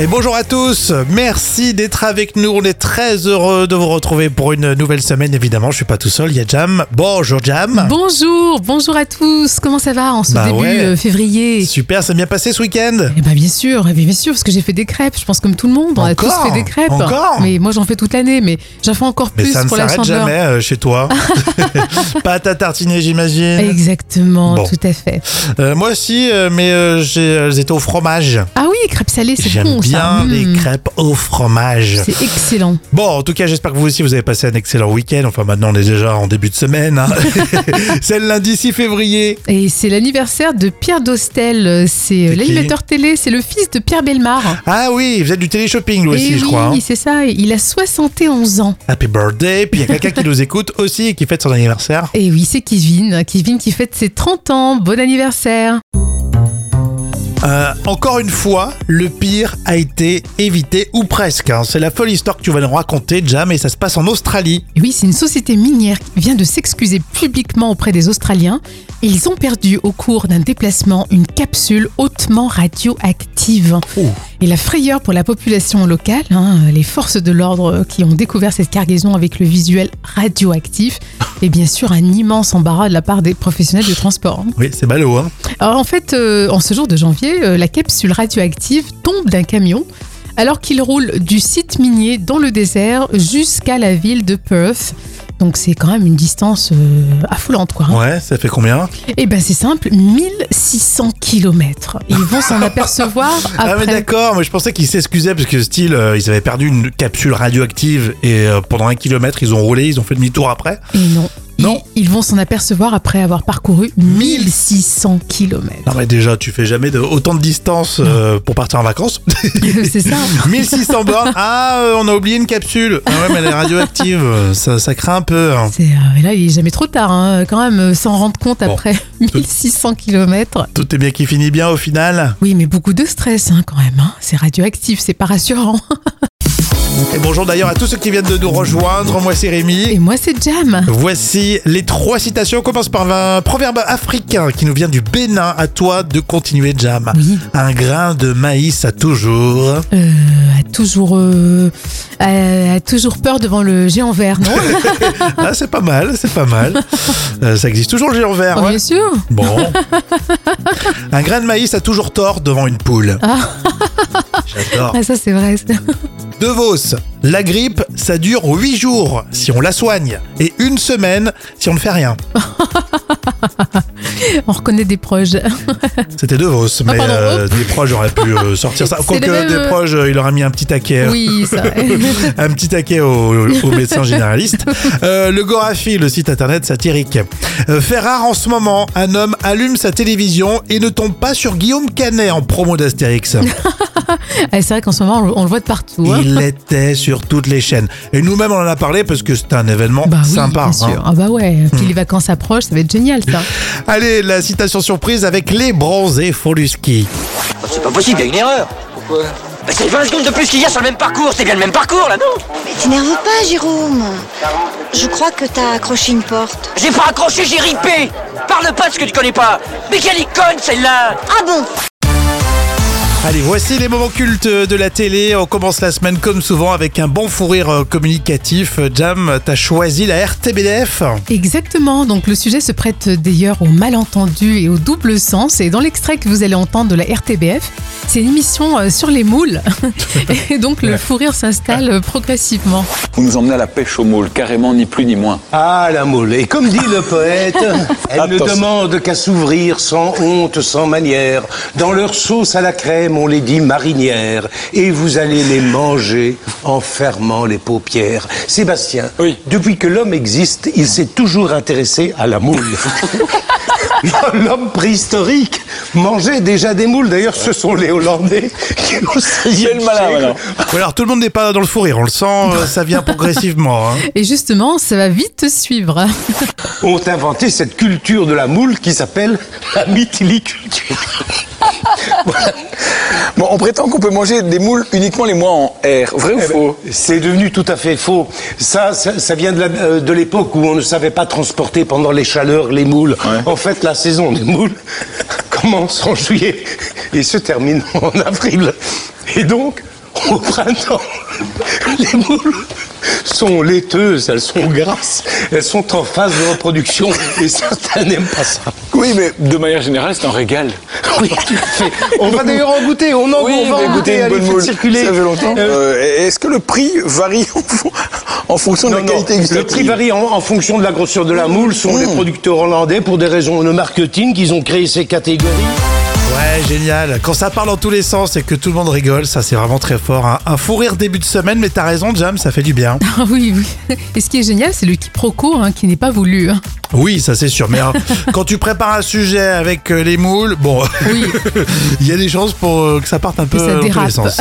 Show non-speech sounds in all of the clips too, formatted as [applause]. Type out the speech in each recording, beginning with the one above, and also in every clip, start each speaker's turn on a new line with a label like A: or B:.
A: Et bonjour à tous, merci d'être avec nous, on est très heureux de vous retrouver pour une nouvelle semaine, évidemment je suis pas tout seul, il y a Jam. Bonjour Jam.
B: Bonjour, bonjour à tous. Comment ça va en ce
A: Bah
B: début
A: ouais.
B: euh, février
A: Super, ça a bien passé ce week-end
B: Eh ben bien sûr, eh bien bien sûr, parce que j'ai fait des crêpes. Je pense comme tout le monde, on
A: Encore
B: a tous fait des crêpes.
A: Encore
B: mais moi j'en fais toute l'année, mais j'en fais encore
A: Mais
B: plus
A: ça ne
B: pour la
A: s'arrête
B: chandeleur.
A: jamais euh, chez toi.
B: [laughs]
A: [laughs] Pâte à tartiner j'imagine.
B: Exactement,
A: Bon.
B: tout à fait.
A: Euh, moi aussi, euh, mais euh, j'ai- elles étaient au fromage.
B: Ah oui, crêpes salées, c'est
A: J'aime
B: bon ça.
A: bien les
B: Mmh,
A: crêpes au fromage.
B: C'est excellent.
A: Bon, en tout cas, j'espère que vous aussi, vous avez passé un excellent week-end. Enfin, maintenant, on est déjà en début de semaine.
B: [laughs]
A: hein. [laughs] C'est le lundi 6 février.
B: Et c'est l'anniversaire de Pierre Dostel. euh, C'est euh,
A: C'est qui
B: l'animateur télé, c'est le fils de Pierre Belmar.
A: Ah oui, vous êtes du télé-shopping, vous aussi, je
B: Et Eh oui,
A: crois. hein.
B: c'est ça. Il a 71 ans.
A: Happy birthday. Puis il y a quelqu'un qui nous écoute aussi et qui fête son anniversaire.
B: Et Eh oui, c'est Kevin. Kevin qui fête ses 30 ans. Bon anniversaire.
A: Euh, encore une fois, le pire a été évité, ou presque. hein. C'est la folle histoire que tu vas nous raconter, Jam, et ça se passe en Australie.
B: Et Oui, c'est une société minière qui vient de s'excuser publiquement auprès des Australiens. Ils ont perdu au cours d'un déplacement une capsule hautement radioactive.
A: Oh.
B: Et la frayeur pour la population locale, hein, les forces de l'ordre qui ont découvert cette cargaison avec le visuel radioactif, et bien sûr un immense embarras de la part des professionnels du transport.
A: Oui, c'est ballot, hein.
B: Alors en fait, euh, en ce jour de janvier, euh, la capsule radioactive tombe d'un camion alors qu'il roule du site minier dans le désert jusqu'à la ville de Perth. Donc c'est quand même une distance euh, affolante quoi.
A: Ouais, ça fait combien
B: Et ben c'est simple, 1600 km. Ils
A: [laughs]
B: vont s'en apercevoir
A: Ah mais
B: après.
A: d'accord, mais je pensais qu'ils s'excusaient parce que style, euh, ils avaient perdu une capsule radioactive et euh, pendant un kilomètre, ils ont roulé, ils ont fait demi-tour après.
B: Et non. Ils-
A: Non.
B: Ils, vont s'en apercevoir après avoir parcouru 1600 km.
A: Non mais déjà, tu fais jamais de, autant de distance euh, pour partir en vacances.
B: [laughs] c'est ça.
A: 1600 bornes. Ah, euh, on a oublié une capsule. Ah ouais, mais elle est radioactive. Ça, ça craint un peu. hein.
B: C'est, euh, mais là, il est jamais trop tard, hein, quand même, euh, s'en rendre compte
A: Bon.
B: après 1600 km.
A: Tout est bien qui finit bien au final.
B: Oui, mais beaucoup de stress hein, quand même. hein. C'est radioactif, c'est pas rassurant.
A: Et bonjour d'ailleurs à tous ceux qui viennent de nous rejoindre. Moi, c'est Rémi.
B: Et moi, c'est Jam.
A: Voici les trois citations. On commence par un proverbe africain qui nous vient du Bénin. À toi de continuer, Jam.
B: Oui,
A: Un grain de maïs a toujours.
B: euh, a toujours, euh, a, a toujours peur devant le géant vert,
A: [laughs]
B: non
A: Ah, c'est pas mal, c'est pas mal. Euh, ça existe toujours le géant vert.
B: Oh,
A: Ah ouais.
B: Bien sûr.
A: Bon. Un grain de maïs a toujours tort devant une poule. J'adore.
B: Ah, ça, c'est vrai. [laughs] ça.
A: De Vos, la grippe, ça dure 8 jours si on la soigne et une semaine si on ne fait rien.
B: On reconnaît des proches.
A: C'était De Vos, mais
B: Ah, pardon,
A: euh, des proches auraient pu
B: [laughs]
A: euh, sortir ça.
B: C'est
A: Quoique
B: le même,
A: des
B: euh,
A: proches, euh, il aurait mis un petit taquet. euh,
B: Oui,
A: [laughs]
B: ça. Ah,
A: Un petit taquet au, au
B: [laughs]
A: médecin généraliste. Euh, le Gorafi, le site internet satirique. Euh, fait rare en ce moment, un homme allume sa télévision et ne tombe pas sur Guillaume Canet en promo
B: [laughs]
A: d'Astérix.
B: Ah, c'est vrai qu'en ce moment, on le- on le voit de partout. hein.
A: Il était sur toutes les chaînes. Et nous-mêmes, on en a parlé parce que c'est un événement
B: Bah oui,
A: sympa.
B: bien sûr.
A: hein.
B: Ah bah ouais. Puis les vacances approchent, ça va être génial, ça.
A: Allez, la citation surprise avec les bronzés Foluski.
C: Bah, C'est pas possible, il y a une erreur. Pourquoi bah, C'est 20 secondes de plus qu'il y a sur le même parcours, c'est bien le même parcours là, non
D: Mais t'énerve pas, Jérôme. Je crois que t'as accroché une porte.
C: J'ai pas accroché, j'ai ripé Parle pas de ce que tu connais pas Mais quelle icône celle-là
D: Ah bon
A: Allez, voici les moments cultes de la télé. On commence la semaine comme souvent avec un bon fou rire euh, communicatif. Euh, Jam, t'as choisi la RTBF.
B: Exactement, donc le sujet se prête d'ailleurs au malentendu et au double sens. Et dans l'extrait que vous allez entendre de la RTBF, c'est une émission euh, sur les moules. [laughs] et donc le fou rire s'installe euh, progressivement.
E: Vous nous emmenez à la pêche aux moules, carrément ni plus ni moins.
F: Ah, la moule. Et comme dit
E: [laughs]
F: le poète, elle ne
E: Attention.
F: demande qu'à s'ouvrir sans honte, sans manière. Dans leur sauce à la crème, on les dit marinières. Et vous allez les manger en fermant les paupières. Sébastien,
E: Oui.
F: depuis que l'homme existe, il s'est toujours intéressé à
E: [laughs]
F: la moule. [laughs] L'homme préhistorique mangeait déjà des moules. D'ailleurs, ce sont les Hollandais qui ont
E: Quel malin, alors.
A: Ou alors tout le monde n'est pas dans le fou rire, on le sent, euh, ça vient progressivement. hein.
B: Et justement, ça va vite suivre. [laughs]
F: ont inventé cette culture de la moule qui s'appelle la mytiliculture.
E: Voilà. Bon, on prétend qu'on peut manger des moules uniquement les mois en R. Vrai ou
F: Eh ben,
E: faux
F: C'est devenu tout à fait faux. Ça, ça, ça vient de la- euh, de l'époque où on ne savait pas transporter pendant les chaleurs les moules. En fait, la saison des moules [laughs] commence en juillet et se termine [laughs] en avril. Et donc, au printemps, [laughs] les moules sont laiteuses, elles sont grasses, elles sont en phase de reproduction et certains n'aiment pas ça. [laughs]
E: Oui, mais de manière générale, c'est un régal.
F: Oui, tout à fait. On va d'ailleurs en goûter, on en on va en goûter, allez, faites circuler.
E: Ça fait longtemps.
F: Euh,
E: Euh, Est-ce que le prix varie en, fon- [laughs] en fonction de
F: Non,
E: la
F: non,
E: qualité
F: Le prix varie en, en fonction de la grosseur de la moule. Ce sont les producteurs hollandais, pour des raisons de marketing, qu'ils ont créé ces catégories.
A: Ouais, génial. Quand ça parle dans tous les sens et que tout le monde rigole, ça c'est vraiment très fort. hein. Un fou rire début de semaine, mais t'as raison, Jam, ça fait du bien.
B: Ah oui, oui. Et ce qui est génial, c'est le quiproquo hein, qui n'est pas voulu. hein.
A: Oui, ça c'est sûr. Mais
B: [laughs]
A: hein, quand tu prépares un sujet avec euh, les moules, bon,
B: Oui.
A: [laughs] il y a des chances pour euh, que ça parte un peu
B: ça
A: dans tous les
B: dérape.
A: sens.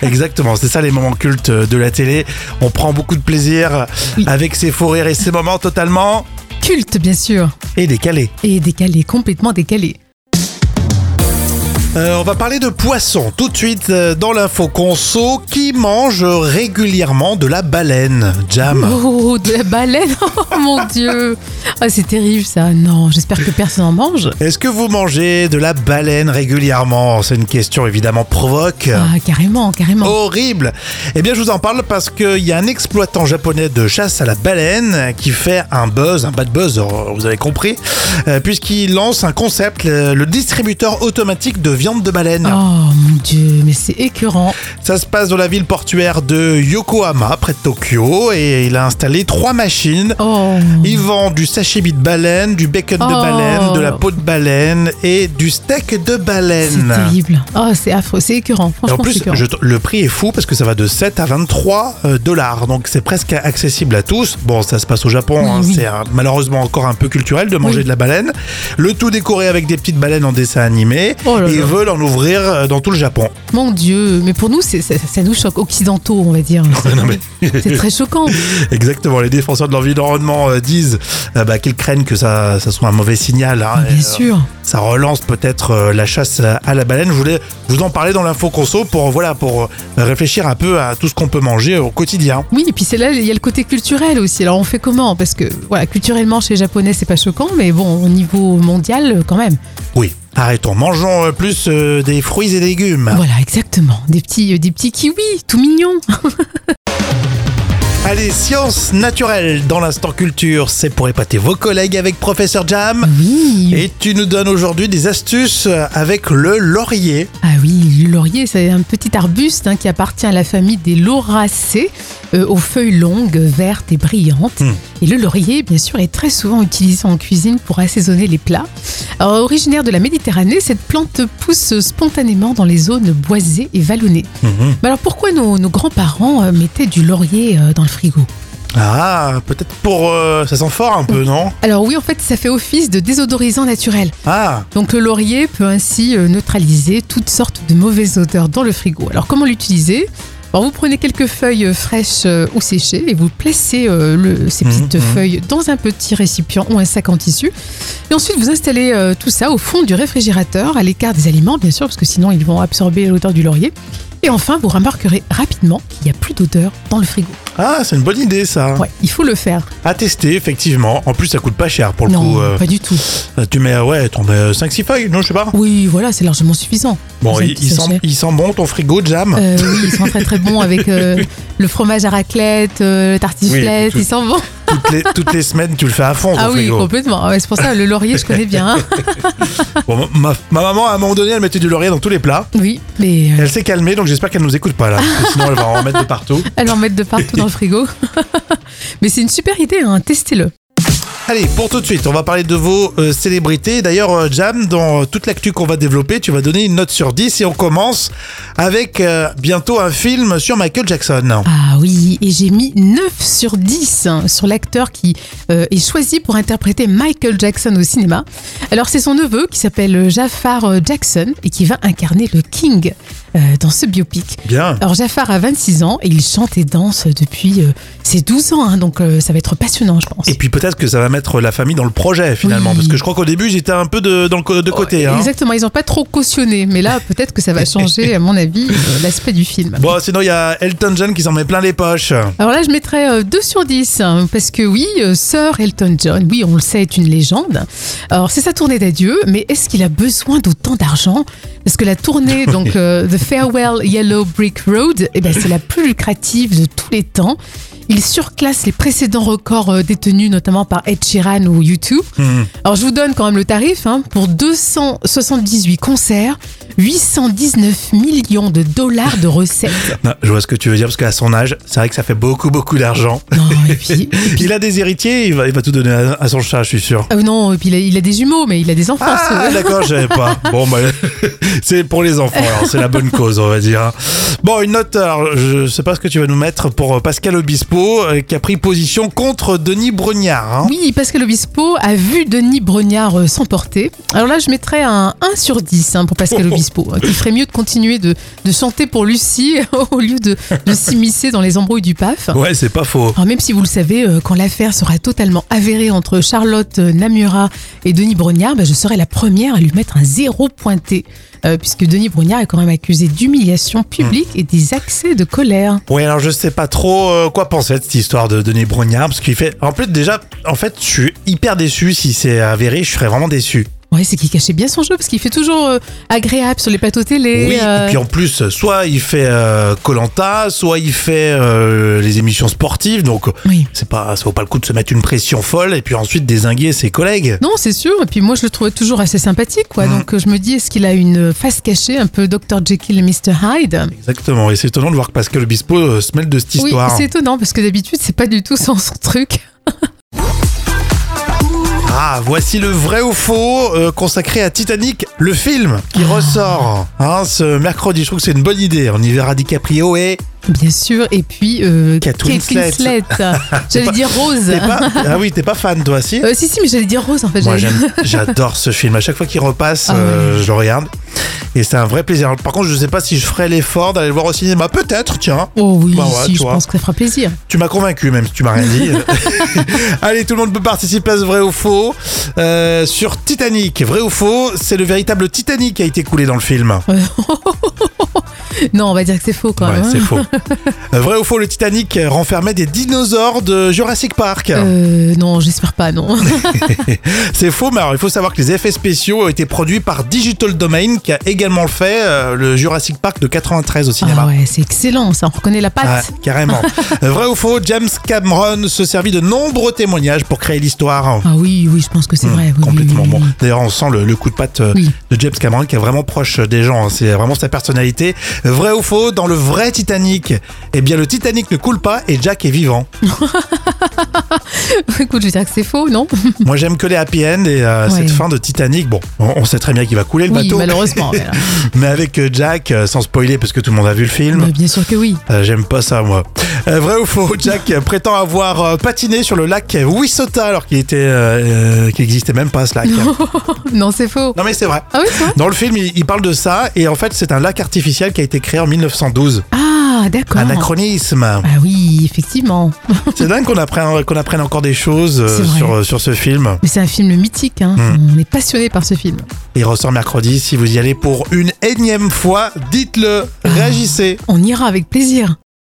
A: Exactement, c'est ça les moments cultes de la télé. On prend beaucoup de plaisir
B: Oui.
A: avec ces fous rires et ces moments totalement
B: Culte, bien sûr.
A: et décalés.
B: Et décalé, complètement décalé.
A: Euh, on va parler de poissons tout de suite euh, dans l'info conso qui mange régulièrement de la baleine. Jam.
B: Oh, de la baleine [laughs] Oh mon dieu Ah, C'est terrible ça. Non, j'espère que personne en mange.
A: Est-ce que vous mangez de la baleine régulièrement C'est une question évidemment provoque.
B: Ah, carrément, carrément.
A: Horrible Eh bien je vous en parle parce qu'il y a un exploitant japonais de chasse à la baleine qui fait un buzz, un bad buzz, euh, vous avez compris, euh, puisqu'il lance un concept, le, le distributeur automatique de viande de baleine.
B: Oh mon dieu, mais c'est écœurant.
A: Ça se passe dans la ville portuaire de Yokohama, près de Tokyo, et il a installé trois machines.
B: Oh.
A: Il vend du sashimi de baleine, du bacon de
B: Oh.
A: baleine, de la peau de baleine et du steak de
B: C'est
A: baleine.
B: terrible. Oh, c'est affreux, c'est écœurant.
A: Et
B: Franchement,
A: en
B: c'est
A: plus,
B: écœurant.
A: je t- le prix est fou parce que ça va de 7 à 23 euh, dollars. Donc c'est presque accessible à tous. Bon, ça se passe au Japon.
B: Oui,
A: hein,
B: oui.
A: C'est un- malheureusement encore un peu culturel de manger
B: Oui.
A: de la baleine. Le tout décoré avec des petites baleines en dessin animé.
B: Oh là
A: et ils
B: là.
A: veulent en ouvrir euh, dans tout le Japon. [laughs]
B: Mon dieu, mais pour nous, c'est- ça, ça nous choque occidentaux, on va
A: [laughs]
B: dire.
A: non, mais-
B: C'est très choquant.
A: Exactement. Les défenseurs de l'environnement euh, disent euh, bah, qu'ils craignent que ça, ça soit un mauvais signal. hein. Et,
B: Bien
A: euh,
B: sûr.
A: ça relance peut-être euh, la chasse à la baleine. Je voulais vous en parler dans l'info conso pour voilà pour euh, réfléchir un peu à tout ce qu'on peut manger au quotidien.
B: Oui, et puis c'est là, il y a le côté culturel aussi. Alors on fait comment Parce que voilà, culturellement chez les Japonais, c'est pas choquant, mais bon, au niveau mondial, quand même.
A: Oui, arrêtons. Mangeons euh, plus euh, des fruits et légumes.
B: Voilà, exactement. Des petits, euh, des petits kiwis, tout mignons.
A: Allez, sciences naturelles dans l'instant culture, c'est pour épater vos collègues avec Professeur Jam.
B: Oui.
A: Et tu nous donnes aujourd'hui des astuces euh, avec le laurier.
B: Ah oui, le laurier, c'est un petit arbuste hein, qui appartient à la famille des lauracées, euh, aux feuilles longues, vertes et brillantes.
A: Hmm.
B: Et le laurier, bien sûr, est très souvent utilisé en cuisine pour assaisonner les plats. Alors, originaire de la Méditerranée, cette plante pousse spontanément dans les zones boisées et vallonnées. Mais alors pourquoi nos, nos grands-parents euh, mettaient du laurier euh, dans le frigo
A: Ah, peut-être pour... euh, ça sent fort un peu, non
B: Alors oui, en fait, ça fait office de désodorisant naturel.
A: Ah,
B: Donc le laurier peut ainsi euh, neutraliser toutes sortes de mauvaises odeurs dans le frigo. Alors comment l'utiliser Alors, vous prenez quelques feuilles euh, fraîches euh, ou séchées et vous placez euh, le- ces
A: Mhm,
B: petites
A: mhm.
B: feuilles dans un petit récipient ou un sac en tissu. Et ensuite, vous installez euh, tout ça au fond du réfrigérateur, à l'écart des aliments, bien sûr, parce que sinon ils vont absorber l'odeur du laurier. Et enfin, vous remarquerez rapidement qu'il n'y a plus d'odeur dans le frigo.
A: ah c'est une bonne idée ça.
B: Ouais, il faut le faire.
A: À tester, effectivement. En plus, ça coûte pas cher pour le
B: non,
A: coup. euh,
B: pas du tout.
A: tu mets, euh, ouais, t'en mets 5-6 feuilles, non, je sais pas.
B: Oui, voilà, c'est largement suffisant.
A: Bon,
B: Dans un
A: il,
B: petit
A: il
B: sachet.
A: sent, il sent bon ton frigo, Jam.
B: Euh, oui, ils sont très très bons avec euh, le fromage à raclette, euh, le
A: Oui,
B: tartiflette,
A: tout-
B: ils sont bons.
A: toutes, les, toutes les semaines, tu le fais à fond, ton
B: Ah oui,
A: frigo.
B: complètement. Ouais, c'est pour ça, le laurier, je
A: [laughs]
B: connais bien. hein.
A: Bon, ma, ma maman, à un moment donné, elle mettait du laurier dans tous les plats.
B: Oui, mais euh,
A: Elle s'est calmée, donc j'espère qu'elle nous écoute pas là. parce que Sinon, elle va en mettre de partout.
B: elle en met de partout dans le frigo. [laughs] mais c'est une super idée, hein, testez-le.
A: [laughs] Allez, pour tout de suite, on va parler de vos euh, célébrités. D'ailleurs, euh, Jam, dans euh, toute l'actu qu'on va développer, tu vas donner une note sur 10 et on commence avec euh, bientôt un film sur Michael Jackson.
B: Ah oui, et j'ai mis 9 sur 10 hein, sur l'acteur qui euh, est choisi pour interpréter Michael Jackson au cinéma. Alors c'est son neveu qui s'appelle Jafar euh, Jackson et qui va incarner le King euh, dans ce biopic.
A: Bien.
B: Alors Jafar a 26 ans et il chante et danse depuis euh, ses 12 ans, hein, donc euh, ça va être passionnant je pense.
A: Et puis peut-être que ça va mettre la famille dans le projet finalement.
B: Oui. Oh,
A: Parce que je crois qu'au début, j'étais un peu de, dans le co- de côté. hein.
B: Exactement, ils n'ont pas trop cautionné, mais là, peut-être que
A: [laughs]
B: ça va changer, à mon avis, euh, l'aspect du film.
A: Bon, sinon, il y a Elton John qui s'en met plein les poches.
B: Alors là, je mettrais euh, 2 sur 10, hein, parce que oui, euh, Sir Elton John, oui, on le sait, est une légende. Alors, c'est sa tournée d'adieu, mais est-ce qu'il a besoin d'autant d'argent Parce que la tournée, donc euh, The Farewell Yellow Brick Road, eh ben, c'est la plus lucrative de tous les temps. Il surclasse les précédents records euh, détenus, notamment par Ed Sheeran ou YouTube. Alors, je vous donne quand même le tarif. hein, pour 278 concerts, 819 millions de dollars de recettes.
A: Non, je vois ce que tu veux dire, parce qu'à son âge, c'est vrai que ça fait beaucoup, beaucoup d'argent.
B: Non, et puis,
A: Il a des héritiers, il va, il va tout donner à, à son chat, je suis sûr.
B: Ah non, et puis il a, il a des jumeaux, mais il a des enfants.
A: Ah,
B: ce-
A: d'accord, je savais pas. Bon, bah, [laughs] c'est pour les enfants, alors c'est la bonne cause, on va dire. Bon, une note, alors, je sais pas ce que tu vas nous mettre pour euh, Pascal Obispo, euh, qui a pris position contre Denis Brognard. hein.
B: Oui, Pascal Obispo a vu Denis Brognard euh, s'emporter. Alors là, je mettrais un 1 sur 10 hein,
A: [laughs]
B: pour Pascal Obispo. Il ferait mieux de continuer de, de chanter pour Lucie [laughs] au lieu de, de s'immiscer dans les embrouilles du PAF.
A: Ouais, c'est pas faux.
B: Alors même si vous le savez, euh, quand l'affaire sera totalement avérée entre Charlotte euh, Namura et Denis Brognard, bah, je serai la première à lui mettre un zéro pointé, euh, puisque Denis Brognard est quand même accusé d'humiliation publique
A: Mmh.
B: et des accès de colère.
A: Oui, alors je sais pas trop euh, quoi penser de cette histoire de Denis Brognard, parce qu'il fait. En plus, déjà, en fait, je suis hyper déçu. Si c'est avéré, je serais vraiment déçu.
B: Ouais, c'est qu'il cachait bien son jeu parce qu'il fait toujours euh, agréable sur les plateaux télé.
A: oui,
B: euh,
A: et puis en plus, soit il fait euh, Colanta, soit il fait euh, les émissions sportives, donc
B: Oui.
A: c'est pas, ça vaut pas le coup de se mettre une pression folle et puis ensuite désinguer ses collègues.
B: Non, c'est sûr. Et puis moi, je le trouvais toujours assez sympathique, quoi.
A: Ah.
B: Donc euh, je me dis, est-ce qu'il a une face cachée, un peu Dr Jekyll et Mr Hyde
A: Exactement, et c'est étonnant de voir que Pascal Obispo euh, se mêle de cette
B: Oui,
A: histoire.
B: c'est étonnant parce que d'habitude, c'est pas du tout son, son truc.
A: Ah, voici le vrai ou faux euh, consacré à Titanic, le film qui
B: Ah.
A: ressort hein, ce mercredi. Je trouve que c'est une bonne idée. On y verra DiCaprio et
B: Bien sûr. Et puis euh,
A: Kate Winslet. [laughs]
B: J'allais dire Rose.
A: T'es
B: [laughs]
A: pas- ah oui, t'es pas fan toi, si
B: Euh, si, si, mais j'allais dire Rose en fait.
A: Moi
B: j'allais- [laughs]
A: j'aime- j'adore ce film. À chaque fois qu'il repasse,
B: Ah ouais.
A: euh, je le regarde. Et c'est un vrai plaisir. Par contre, je sais pas si je ferai l'effort d'aller le voir au cinéma. Peut-être, tiens.
B: Oh oui,
A: Bah ouais,
B: si,
A: tu
B: je
A: vois.
B: pense que ça fera plaisir.
A: Tu m'as convaincu, même si tu m'as rien
B: [laughs]
A: dit. [laughs] Allez, tout le monde peut participer à ce vrai ou faux. Euh, sur Titanic, vrai ou faux, c'est le véritable Titanic qui a été coulé dans le film.
B: Non, on va dire que c'est faux quand
A: Ouais,
B: même. hein.
A: c'est
B: [laughs]
A: faux. Euh, vrai ou faux, le Titanic renfermait des dinosaures de Jurassic Park.
B: Euh, non, j'espère pas, non.
A: [laughs] C'est faux, mais alors il faut savoir que les effets spéciaux ont été produits par Digital Domain, qui a également le fait euh, le Jurassic Park de 93 au cinéma.
B: Ah ouais, c'est excellent, ça. On reconnaît la
A: Ah,
B: patte. [laughs]
A: carrément. Euh, Vrai ou faux, James Cameron se servit de nombreux témoignages pour créer l'histoire.
B: Ah oui, oui, je pense que c'est vrai. oui, oui,
A: Hmm, Complètement
B: oui,
A: bon.
B: oui.
A: D'ailleurs, on sent le, le coup de patte euh,
B: Oui.
A: de James Cameron qui est vraiment proche des gens. hein. C'est vraiment sa personnalité. Vrai ou faux, dans le vrai Titanic, eh bien, le Titanic ne coule pas et Jack est
B: [laughs]
A: vivant.
B: Écoute, je vais dire que c'est faux, [laughs] non
A: Moi, j'aime que les happy end et euh,
B: Ouais.
A: cette fin de Titanic. Bon, on, on sait très bien qu'il va couler le
B: Oui,
A: bateau.
B: malheureusement. voilà.
A: Mais avec euh, Jack, euh, sans spoiler parce que tout le monde a vu [laughs] le film,
B: Mais bien sûr que oui.
A: euh, j'aime pas ça moi. Euh, vrai ou faux, Jack euh, prétend avoir euh, patiné sur le lac Wissota alors qu'il était, euh, euh, qu'il existait même pas ce lac. Non,
B: Non, c'est faux.
A: mais c'est vrai.
B: Ah oui, c'est vrai
A: Dans le film, il, il parle de ça et en fait, c'est un lac artificiel qui a été créé en 1912.
B: Ah, d'accord.
A: Anachronisme.
B: Ah oui, effectivement.
A: C'est dingue qu'on apprenne, qu'on apprenne encore des choses euh,
B: C'est vrai.
A: sur, sur ce film.
B: Mais c'est un film mythique, hein.
A: Hmm.
B: on est passionné par ce film.
A: Il ressort
B: Ah.
A: mercredi. Si vous y allez pour une énième fois, dites-le, réagissez.
B: On ira avec plaisir.